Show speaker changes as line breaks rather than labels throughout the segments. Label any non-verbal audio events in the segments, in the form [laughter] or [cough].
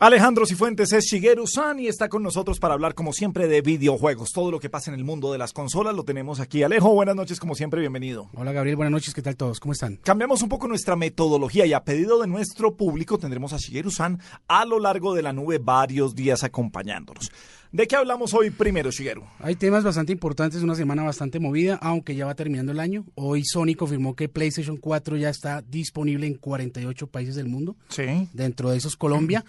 Alejandro Cifuentes es Shigeru San y está con nosotros para hablar, como siempre, de videojuegos. Todo lo que pasa en el mundo de las consolas lo tenemos aquí. Alejo, buenas noches, como siempre, bienvenido.
Hola Gabriel, buenas noches, ¿qué tal todos? ¿Cómo están?
Cambiamos un poco nuestra metodología y a pedido de nuestro público tendremos a Shigeru San a lo largo de la nube varios días acompañándonos. ¿De qué hablamos hoy primero, Shigeru?
Hay temas bastante importantes, una semana bastante movida, aunque ya va terminando el año. Hoy Sony confirmó que PlayStation 4 ya está disponible en 48 países del mundo,
Sí.
dentro de esos Colombia,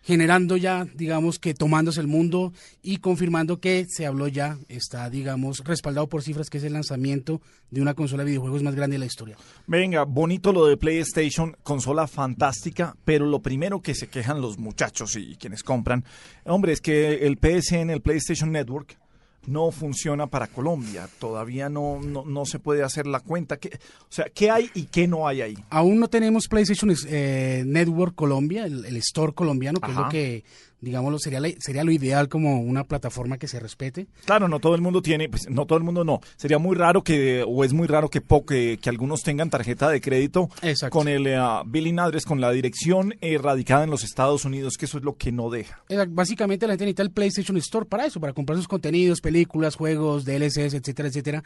generando ya, digamos que tomándose el mundo y confirmando que se habló ya, está, digamos, respaldado por cifras que es el lanzamiento de una consola de videojuegos más grande de la historia.
Venga, bonito lo de PlayStation, consola fantástica, pero lo primero que se quejan los muchachos y quienes compran, hombre, es que el PSN, el PlayStation Network, no funciona para Colombia. Todavía no, no, no se puede hacer la cuenta. ¿Qué- o sea, ¿qué hay y qué no hay ahí?
Aún no tenemos PlayStation eh, Network Colombia, el, el store colombiano, que es
Ajá.
lo que, digámoslo, sería, la- sería lo ideal como una plataforma que se respete.
Claro, no todo el mundo tiene, pues no todo el mundo no. Sería muy raro que, o es muy raro que, po- que, que algunos tengan tarjeta de crédito
Exacto.
con el eh, billing address, con la dirección eh, radicada en los Estados Unidos, que eso es lo que no deja.
Eh, Básicamente la gente necesita el PlayStation Store para eso, para comprar sus contenidos, películas, juegos, DLCs, etcétera, etcétera.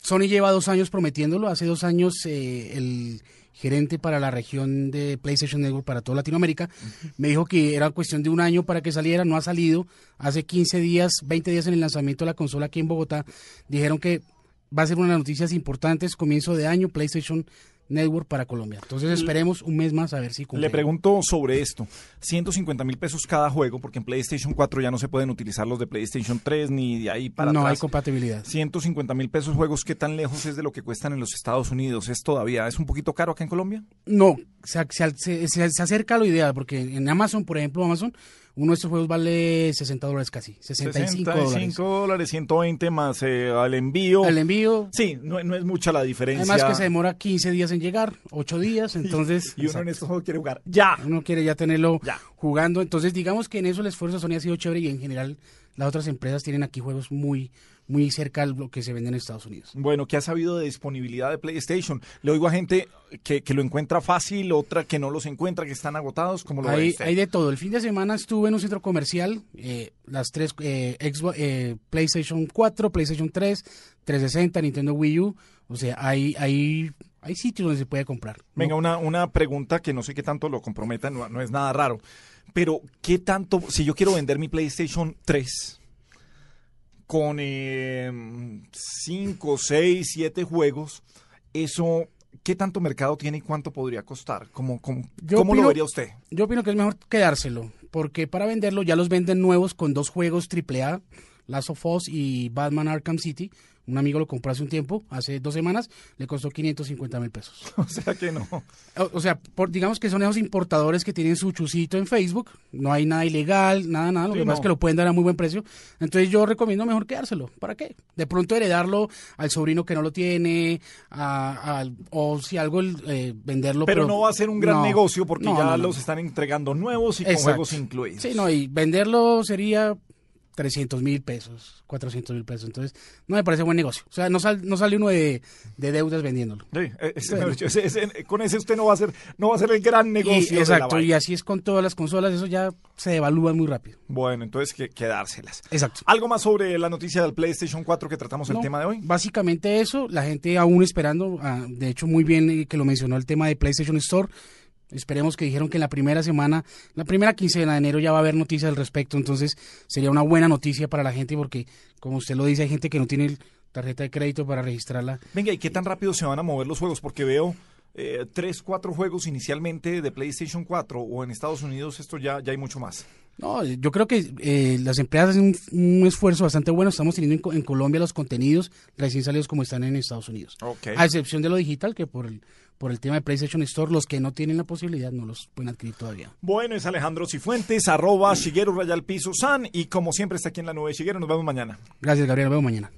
Sony lleva dos años prometiéndolo. Hace dos años eh, el gerente para la región de PlayStation Network para toda Latinoamérica me dijo que era cuestión de un año para que saliera. No ha salido. Hace 15 días, 20 días en el lanzamiento de la consola aquí en Bogotá, dijeron que va a ser una de las noticias importantes. Comienzo de año, PlayStation Network para Colombia. Entonces esperemos un mes más a ver si cumple.
Le pregunto sobre esto. 150 mil pesos cada juego, porque en PlayStation 4 ya no se pueden utilizar los de PlayStation 3 ni de ahí para
No hay
atrás.
compatibilidad.
150 mil pesos juegos, ¿qué tan lejos es de lo que cuestan en los Estados Unidos? ¿Es todavía, es un poquito caro acá en Colombia?
No, se, ac- se al- se- se- se acerca a lo ideal, porque en Amazon, por ejemplo, Amazon, uno de estos juegos vale 60 dólares casi, 65, dólares.
65 dólares, 120 más eh, al envío.
El envío,
Sí, no, no es mucha la diferencia.
además que se demora 15 días en llegar, 8 días, entonces
[laughs] y uno en
exacto,
estos juegos quiere jugar ya.
uno quiere ya tenerlo
Ya.
jugando, entonces digamos que en eso el esfuerzo de Sony ha sido chévere y en general las otras empresas tienen aquí juegos muy, muy cerca de lo que se vende en Estados Unidos.
Bueno, ¿qué ha sabido de disponibilidad de PlayStation? Le oigo a gente que, que lo encuentra fácil, otra que no los encuentra, que están agotados, como lo ve
Hay,
usted?
hay de todo. El fin de semana estuve en un centro comercial, eh, las tres, eh, Xbox, eh, PlayStation 4, PlayStation 3, 360, Nintendo Wii U. O sea, hay, hay, hay sitios donde se puede comprar. ¿no?
Venga, una, una pregunta que no sé qué tanto lo comprometa, no, no es nada raro. Pero, ¿qué tanto? Si yo quiero vender mi PlayStation 3 con em, 5, 6, 7 juegos, eso, ¿qué tanto mercado tiene y cuánto podría costar? ¿Cómo, cómo,
Yo
cómo lo
opino-
vería usted? [laughs]
Yo opino que es mejor quedárselo, porque para venderlo ya los venden nuevos con dos juegos AAA, Last of Us y Batman Arkham City. Un amigo lo compró hace un tiempo, hace dos semanas, le costó 550 mil pesos.
O sea que no.
O, o sea, por, digamos que son esos importadores que tienen su chucito en Facebook, no hay nada ilegal, nada, nada, lo
Sí,
que pasa
no.
es que lo pueden dar a muy buen precio. Entonces yo recomiendo mejor quedárselo, ¿para qué? De pronto heredarlo al sobrino que no lo tiene, a- al- o si algo el- eh, venderlo.
Pero no va a ser un gran
no,
negocio porque
no,
ya
no, no.
los están entregando nuevos y con
Exacto.
juegos incluidos.
Sí, no, y venderlo sería 300 mil pesos, 400 mil pesos, entonces no me parece buen negocio. O sea, no, sal- no sale uno de, de deudas vendiéndolo.
Sí, eh, ese- [laughs] ese- ese- con ese usted no va a ser, no va a ser el gran negocio. de
Y-
la
exacto, y
vaina.
así es con todas las consolas, eso ya se devalúa muy rápido.
Bueno, entonces que quedárselas.
Exacto.
¿Algo más sobre la noticia del PlayStation 4 que tratamos el
No,
tema de hoy?
Básicamente eso, la gente aún esperando, ah, de hecho muy bien eh, que lo mencionó el tema de PlayStation Store. Esperemos que dijeron que en la primera semana, la primera quincena de enero ya va a haber noticias al respecto, entonces sería una buena noticia para la gente porque, como usted lo dice, hay gente que no tiene tarjeta de crédito para registrarla.
Venga, ¿y qué tan rápido se van a mover los juegos? Porque veo eh, tres, cuatro juegos inicialmente de PlayStation 4 o en Estados Unidos esto ya, ya hay mucho más.
No, yo creo que eh, las empresas hacen un, un esfuerzo bastante bueno. Estamos teniendo en, Co- en Colombia los contenidos recién salidos como están en Estados Unidos.
Ok.
A excepción de lo digital, que por el, por el tema de PlayStation Store, los que no tienen la posibilidad no los pueden adquirir todavía.
Bueno, es Alejandro Cifuentes, arroba Shigeru Rayal Piso San y como siempre está aquí en la nube Shigeru, nos vemos mañana.
Gracias, Gabriel. Nos vemos mañana.